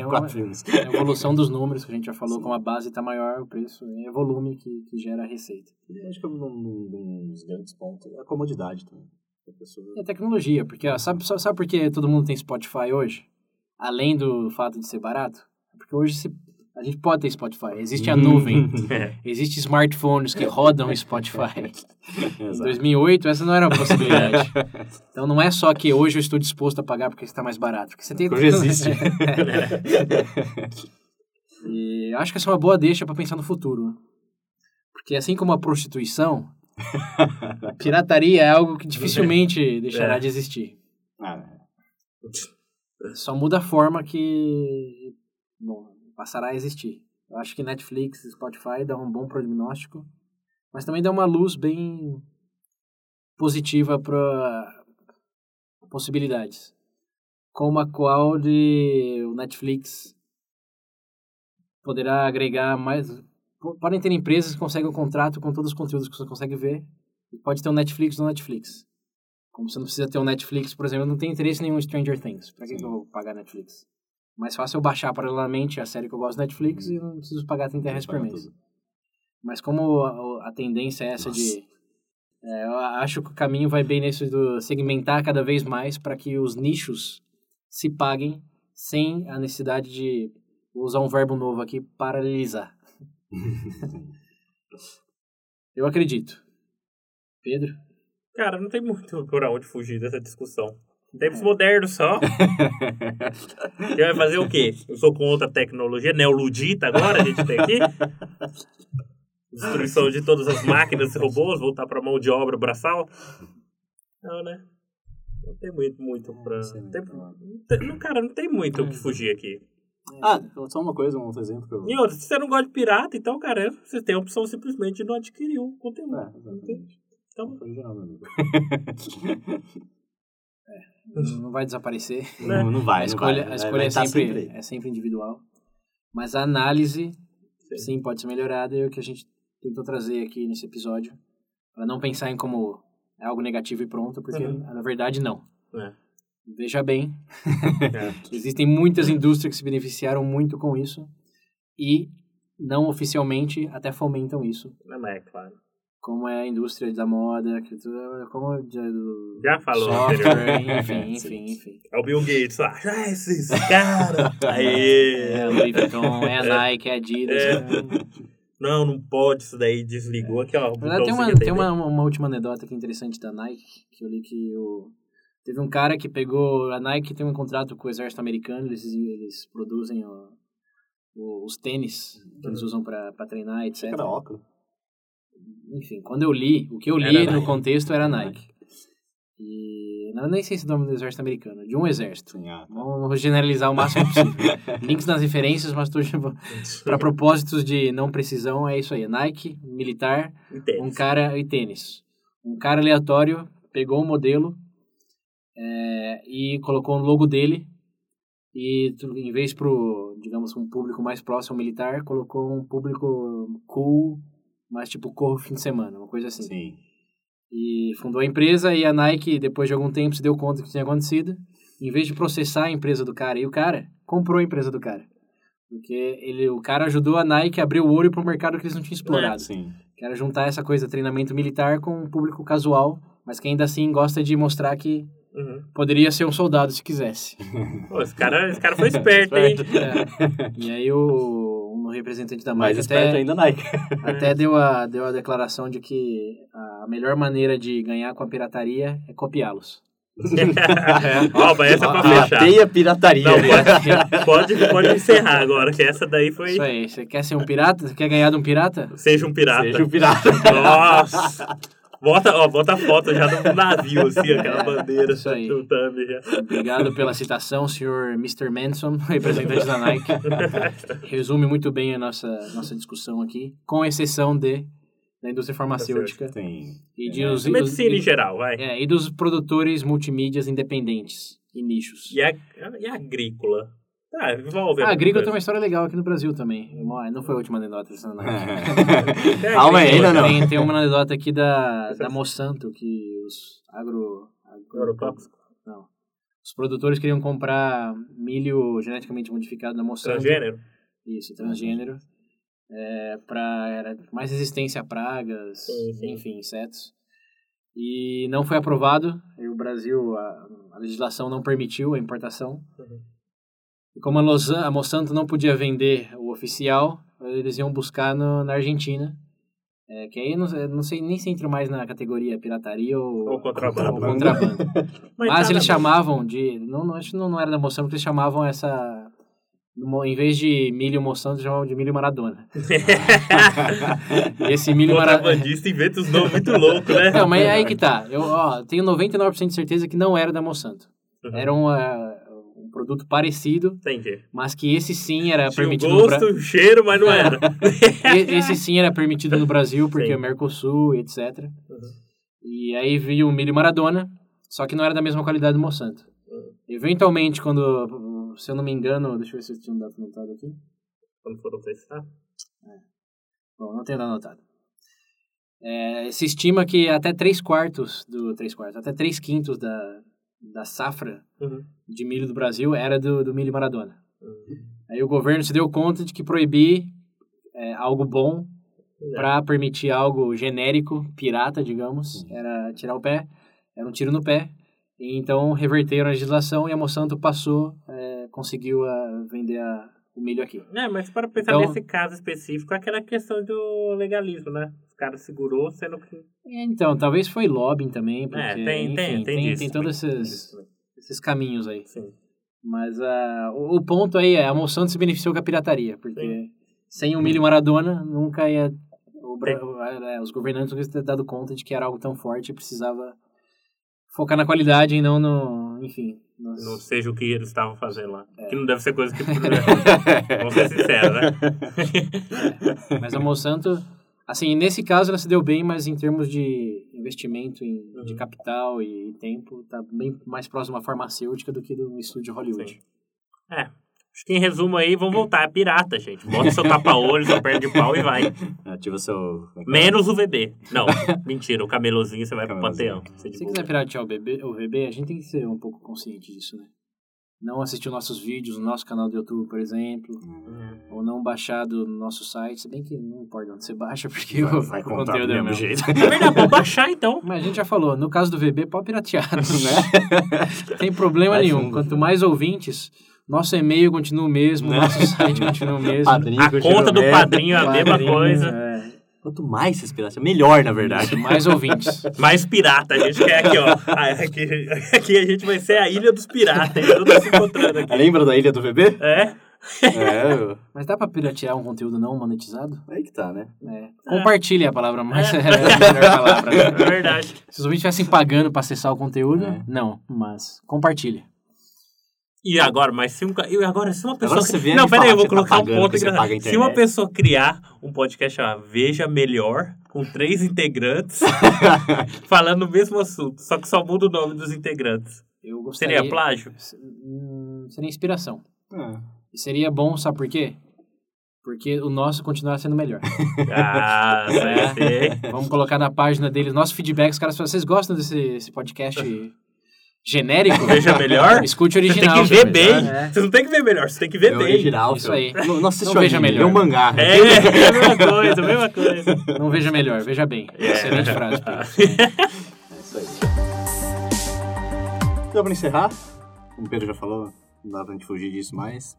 S2: é uma
S1: quatro filmes.
S2: é (laughs) a evolução dos números que a gente já falou.
S1: Sim.
S2: Como a base está maior, o preço é volume que, que gera a receita.
S1: E Acho que um, um- um dos grandes pontos é a comodidade também. A pessoa...
S2: E a tecnologia, porque ó, sabe, sabe, sabe por que todo mundo tem Spotify hoje? Além do fato de ser barato? Porque hoje se- a gente pode ter Spotify.
S1: (laughs)
S2: Existe a nuvem.
S3: (laughs) (laughs) É.
S2: Existem smartphones que rodam Spotify. Em
S1: Exato.
S2: 2008, essa não era uma
S1: (laughs)
S2: possibilidade. então não é só que hoje eu estou disposto a pagar porque está mais barato. Porque você tem... né?
S1: Hoje existe.
S2: (laughs) E eu acho que essa é uma boa deixa para pensar no futuro. Porque assim como a
S1: (laughs)
S2: prostituição, a pirataria é algo que
S1: É.
S2: dificilmente deixará de existir. (laughs)
S1: Ah, é.
S2: Só muda a forma que bom, passará a existir. Eu acho que Netflix, Spotify dão um bom prognóstico, mas também dá uma luz bem positiva para possibilidades, como a qual de o Netflix poderá agregar mais. po- Podem ter empresas que conseguem um contrato com todos os conteúdos que você consegue ver. E pode ter um Netflix no Netflix. Como você não precisa ter um Netflix, por exemplo, eu não tenho interesse nenhum em Stranger Things. Pra que,
S1: Sim.
S2: que eu vou pagar Netflix? Mais fácil eu baixar paralelamente a série que eu gosto do Netflix e não preciso pagar 30 reais por
S1: Paga
S2: mês.
S1: tudo.
S2: Mas como a, a tendência é essa
S1: Nossa.
S2: de. é, eu acho que o caminho vai bem nesse do segmentar cada vez mais para que os nichos se paguem sem a necessidade de vou usar um verbo novo aqui, paralelizar. Eu acredito. Pedro?
S3: Cara, não tem muito (laughs) por onde fugir dessa discussão.
S1: É.
S3: Tempos modernos
S1: (laughs)
S3: só. Você vai fazer o quê? Eu sou contra a tecnologia neoludita agora, a gente tem aqui. Destruição de todas as máquinas e robôs, voltar pra mão de obra braçal. Não, né? Não tem muito, muito pra...
S1: Não sei É. muito
S3: tem-
S1: pra lá.
S3: não tem- não, cara, não tem muito o que fugir aqui.
S1: Ah, só uma coisa, um outro exemplo que eu.
S3: E outra, se você não gosta de pirata, então, cara, é- você tem a opção simplesmente de não adquirir o conteúdo.
S1: É, (laughs) exatamente.
S3: Então,
S1: Foi original, meu amigo.
S2: Não vai desaparecer.
S3: Né?
S1: Não, não vai,
S2: a
S1: não
S2: escolha,
S1: vai.
S2: a
S1: Vai-
S2: escolha
S1: vai
S2: é,
S1: tá
S2: sempre,
S1: aí.
S2: é sempre individual. Mas a análise,
S3: Sim.
S2: sim. pode ser melhorada. E é o que a gente tentou trazer aqui nesse episódio. Para não pensar em como é algo negativo e pronto, porque
S3: Uhum.
S2: na verdade não.
S3: é.
S2: Veja bem,
S3: É.
S2: Existem muitas indústrias que se beneficiaram muito com isso e não oficialmente até fomentam isso,
S3: Não, mas é claro.
S2: como é a indústria da moda, que tudo, como é do
S3: Já falou anteriormente.
S2: software, enfim, enfim, enfim.
S3: É o Bill Gates lá. (laughs) Ah, esses (laughs) caras. Aê.
S2: É o Louis Vuitton, é a Nike, é a Adidas.
S3: É.
S2: né?
S3: Não, não pode. Isso daí desligou aqui, ó. o
S2: Na verdade, tem uma,
S3: botãozinho da
S2: tem uma, uma última anedota aqui interessante da Nike, que eu li que o... teve um cara que pegou. A Nike tem um contrato com o exército americano, eles, eles produzem o- o- os tênis que
S3: Uhum.
S2: eles usam para treinar, etc.
S1: Era óculos.
S2: enfim, quando eu li, o que eu li
S3: Era
S2: no
S3: Nike.
S2: contexto era Nike. E não, eu nem sei se é o nome do exército americano, de um exército.
S1: Sim, ah, tá.
S2: Vamos generalizar o
S3: (laughs)
S2: máximo possível. Links nas referências, mas tô (laughs) para propósitos de não precisão, é isso aí. Nike, militar,
S3: Entende.
S2: um cara e tênis. Um cara aleatório pegou um modelo é, e colocou o logo dele e tu- em vez pro, digamos, um público mais próximo militar, colocou um público cool, mas tipo corro fim de semana, uma coisa assim.
S1: Sim.
S2: E fundou a empresa e a Nike, depois de algum tempo, se deu conta do que tinha acontecido. Em vez de processar a empresa do cara, e o cara comprou a empresa do cara. Porque ele, o cara ajudou a Nike a abrir o olho para o mercado que eles não tinham explorado.
S1: Sim.
S2: Quero juntar essa coisa, treinamento militar, com um público casual, mas que ainda assim gosta de mostrar que
S3: Uhum.
S2: poderia ser um soldado se quisesse.
S3: Pô, esse, cara,
S2: (laughs)
S3: esse cara foi esperto, hein?
S2: É. E aí o, um representante da
S1: Mais
S2: Nike
S1: esperto
S2: até,
S1: ainda, Nike.
S2: até deu, a, deu a declaração de que a melhor maneira de ganhar com a pirataria é copiá-los.
S3: (laughs) Ó, mas essa é pra fechar.
S1: Pirateia pirataria.
S3: Não, pode, pode, pode encerrar agora, que essa daí foi...
S2: Isso aí, você quer ser um pirata? Você quer ganhar de um pirata?
S3: Seja um pirata.
S1: (laughs) Seja
S3: (laughs)
S1: o
S2: (laughs)
S1: pirata.
S3: Nossa! Bota, ó, bota a foto já do navio, assim, aquela bandeira.
S2: Isso aí.
S3: do thumb já.
S2: Obrigado pela citação, senhor Mr. Manson, (laughs) representante da Nike. Resume muito bem a nossa, nossa discussão aqui, com exceção de da indústria farmacêutica
S1: Sim.
S2: e, de os, os-
S3: É, Medicina em
S2: e,
S3: geral, vai.
S2: é, e dos produtores multimídias independentes e nichos.
S3: E, a, e a agrícola. Ah, envolve.
S2: Ah,
S3: alguma
S2: Gringo tem
S3: coisa.
S2: uma história legal aqui no Brasil também. Uma- Não foi a última anedota
S1: (laughs)
S2: dessa anedota.
S3: É,
S1: Calma aí,
S3: Gringo,
S1: ainda não.
S2: Tem, tem uma anedota aqui da,
S3: é
S2: da Monsanto, que os agro...
S3: Agora o papo
S2: Não. Os produtores queriam comprar milho geneticamente modificado da Monsanto.
S3: Transgênero. Uhum.
S2: Isso, transgênero. É, pra, era mais resistência a pragas,
S3: Sim, sim.
S2: enfim, insetos. E não foi aprovado, e o Brasil, a, a legislação não permitiu a importação.
S3: Uhum.
S2: E como a, Losan, a Monsanto não podia vender o oficial, eles iam buscar no, na Argentina. É, que aí eu não, eu não sei nem se entra mais na categoria pirataria ou,
S3: Ou contrabando.
S2: ou contrabando. Mas
S3: tá
S2: eles
S3: na-
S2: chamavam de. Não, não, acho que não, não era da Moção, porque eles chamavam essa. mo- Em vez de milho Moção, eles chamavam de milho Maradona.
S1: (laughs)
S2: E
S3: (laughs)
S2: esse milho Maradona.
S3: é um Contrabandista inventa uns nomes muito loucos, né?
S2: Não, mas (laughs) é aí que tá. Eu ó, tenho 99% de certeza que não era da Monsanto.
S3: Uhum.
S2: Era um, ah, um produto parecido,
S3: Entendi.
S2: mas que esse sim era um
S3: Tinha o
S2: é permitido no
S3: um gosto,
S2: Brasil. É.
S3: o cheiro, mas não era.
S2: Esse sim era permitido no Brasil, porque
S3: Sim.
S2: o Mercosul, etc.
S3: Uhum.
S2: E aí veio o milho Maradona, só que não era da mesma qualidade do Monsanto.
S3: Uhum.
S2: Eventualmente, quando, se eu não me engano, deixa eu ver se eu tinha um dado anotado aqui.
S3: Quando foram testar.
S2: Bom, não tenho dado anotado. É, se estima que até 3 quartos do 3 quartos, até 3 quintos da, da safra
S3: Uhum.
S2: de milho do Brasil era do, do milho Maradona. Aí o governo se deu conta de que proibir é, algo bom
S3: É.
S2: para permitir algo genérico, pirata, digamos,
S3: Uhum.
S2: era tirar o pé, era um tiro no pé. E então reverteram a legislação e a Monsanto passou, é, conseguiu ah, vender a- o milho aqui.
S3: É, mas para pensar
S2: Então-
S3: nesse caso específico, aquela questão do legalismo, né? Os caras segurou, sendo que.
S2: Então, talvez foi lobbying também, porque
S3: É, tem,
S2: enfim,
S3: tem, tem, disso também,
S2: todos
S3: tem
S2: esses,
S3: disso também.
S2: esses caminhos aí.
S3: Sim.
S2: Mas ah, o, o ponto aí é, a Monsanto se beneficiou com a pirataria, porque sem o milho Maradona, nunca ia... o Bra- eh, os governantes nunca iam ter dado conta de que era algo tão forte e precisava focar na qualidade e não no... Enfim, nas-
S3: Não seja o que eles estavam fazendo lá.
S2: É.
S3: Que não deve ser coisa que. (laughs) Vamos ser sinceros, né?
S2: (laughs) mas a Monsanto... Assim, nesse caso ela se deu bem, mas em termos de investimento em, de
S3: Uhum.
S2: capital e tempo, tá bem mais próximo à farmacêutica do que do estúdio Hollywood.
S3: Sim. É. Acho que em resumo aí, vão voltar. É pirata, gente. Bota seu tapa-olho, seu perna de pau e vai.
S1: Ativa seu.
S3: Menos o VB.
S1: (laughs)
S3: Não, mentira. O camelozinho você vai pro
S1: Camelozinho.
S3: panteão. Você
S2: Se você quiser
S1: né?
S3: divulga.
S2: piratear o bebê, o bebê, a gente tem que ser um pouco consciente disso, né? Não assistir nossos vídeos no nosso canal do YouTube, por exemplo,
S1: Hum.
S2: ou não baixar do nosso site, se bem que não importa onde você baixa, (laughs) porque o,
S1: Vai
S2: o
S1: contar do
S2: conteúdo é o
S1: mesmo
S2: mesmo.
S1: jeito.
S3: É verdade, vou
S1: (laughs)
S3: baixar então.
S2: Mas a gente já falou, no caso do VB, pode piratear,
S1: né?
S2: não tem problema
S1: Vai
S2: nenhum.
S1: fundo,
S2: Quanto
S1: fundo.
S2: mais ouvintes, nosso e-mail continua o mesmo, nosso site continua
S1: (laughs)
S2: o mesmo.
S1: Padrinho,
S3: A
S1: continua
S3: conta do
S1: mesmo.
S3: padrinho é a mesma
S2: Padrinho,
S3: coisa.
S2: é.
S1: Quanto mais vocês piratam, melhor, na verdade. (laughs)
S2: mais ouvintes.
S3: Mais pirata, a gente quer aqui, ó. Ah, Aqui, aqui a gente vai ser a ilha dos piratas. hein? Todo mundo se encontrando aqui.
S1: Lembra da Ilha do Bebê?
S3: É?
S1: É,
S2: Mas dá pra piratear um conteúdo não monetizado?
S1: aí que tá, né?
S2: É. Compartilha é a palavra mais. (laughs) É. a
S1: (laughs)
S2: melhor palavra.
S3: É verdade.
S2: Se os ouvintes estivessem pagando pra acessar o conteúdo,
S1: É.
S2: não, mas compartilha.
S3: E agora, mas se um. ca- E agora, se uma pessoa.
S1: Agora você vier
S3: Não,
S1: me
S3: pera aí,
S1: falar
S3: eu vou
S1: que você tá
S3: colocar um
S1: pagando,
S3: ponto
S1: que você
S3: engraçado.
S1: paga a
S3: Se uma
S1: internet.
S3: pessoa criar um podcast chamado Veja Melhor, com
S1: (laughs)
S3: três integrantes, falando o mesmo assunto, só que só muda o nome dos integrantes.
S2: Eu gostaria. (laughs)
S3: Seria plágio?
S2: Se- hum, Seria inspiração.
S1: Ah,
S2: E seria bom, sabe por quê? Porque o nosso continuará sendo
S3: (laughs)
S2: melhor.
S3: Ah, vai ser.
S2: Vamos colocar na página deles nosso feedback. Os caras falam, vocês gostam desse esse podcast genérico?
S3: (laughs) Veja melhor?
S2: Escute o
S3: Você
S2: original.
S3: tem que ver
S2: melhor.
S3: bem.
S2: É.
S3: Você não tem que ver melhor, você tem que ver
S1: é
S3: bem.
S1: original,
S2: Isso
S1: seu.
S2: aí.
S1: Não, não assiste
S2: Não veja
S1: anime,
S2: melhor.
S1: É um mangá.
S3: É,
S1: (laughs)
S3: é a mesma coisa, a mesma coisa.
S2: É, Não veja melhor, veja bem.
S3: (laughs) É.
S2: Excelente frase.
S3: (laughs)
S2: Pedro.
S1: Isso aí. Então, pra encerrar, como o Pedro já falou, não dá pra gente fugir disso mais.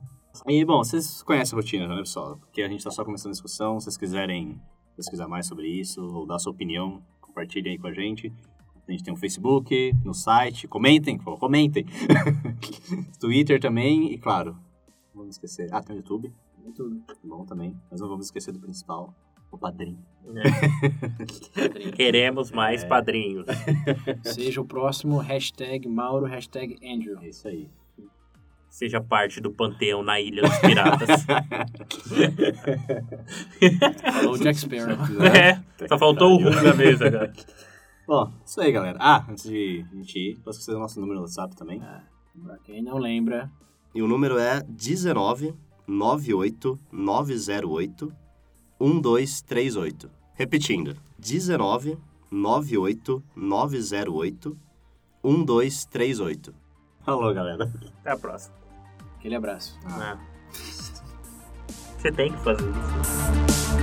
S1: Aí, bom, vocês conhecem a rotina, né, pessoal? Porque a gente tá só começando a discussão. Se vocês quiserem pesquisar mais sobre isso ou dar sua opinião, compartilhem aí com a gente. A gente tem um Facebook, no site, comentem, por favor, comentem. (laughs) Twitter também, e claro, não vamos esquecer. Ah, tem o YouTube,
S2: Muito
S1: bom também, mas não vamos esquecer do principal, o padrinho.
S2: padrinho.
S3: Queremos mais padrinhos.
S2: Seja o próximo hashtag Mauro, hashtag Andrew.
S3: (laughs)
S1: É isso (laughs) aí.
S3: Seja parte do panteão na Ilha dos (laughs) Piratas.
S2: Falou Jack Sparrow. (laughs)
S3: É, só faltou o rum na mesa, cara.
S1: Bom, isso aí, galera. Ah, antes de a gente ir, posso esquecer o nosso número no WhatsApp também.
S2: Pra quem não lembra,
S4: E o número é 19 98 908 1238. Repetindo: 19 98 908 1238.
S1: Falou, galera.
S3: Até a próxima.
S2: Aquele abraço.
S3: É. Você tem que fazer isso.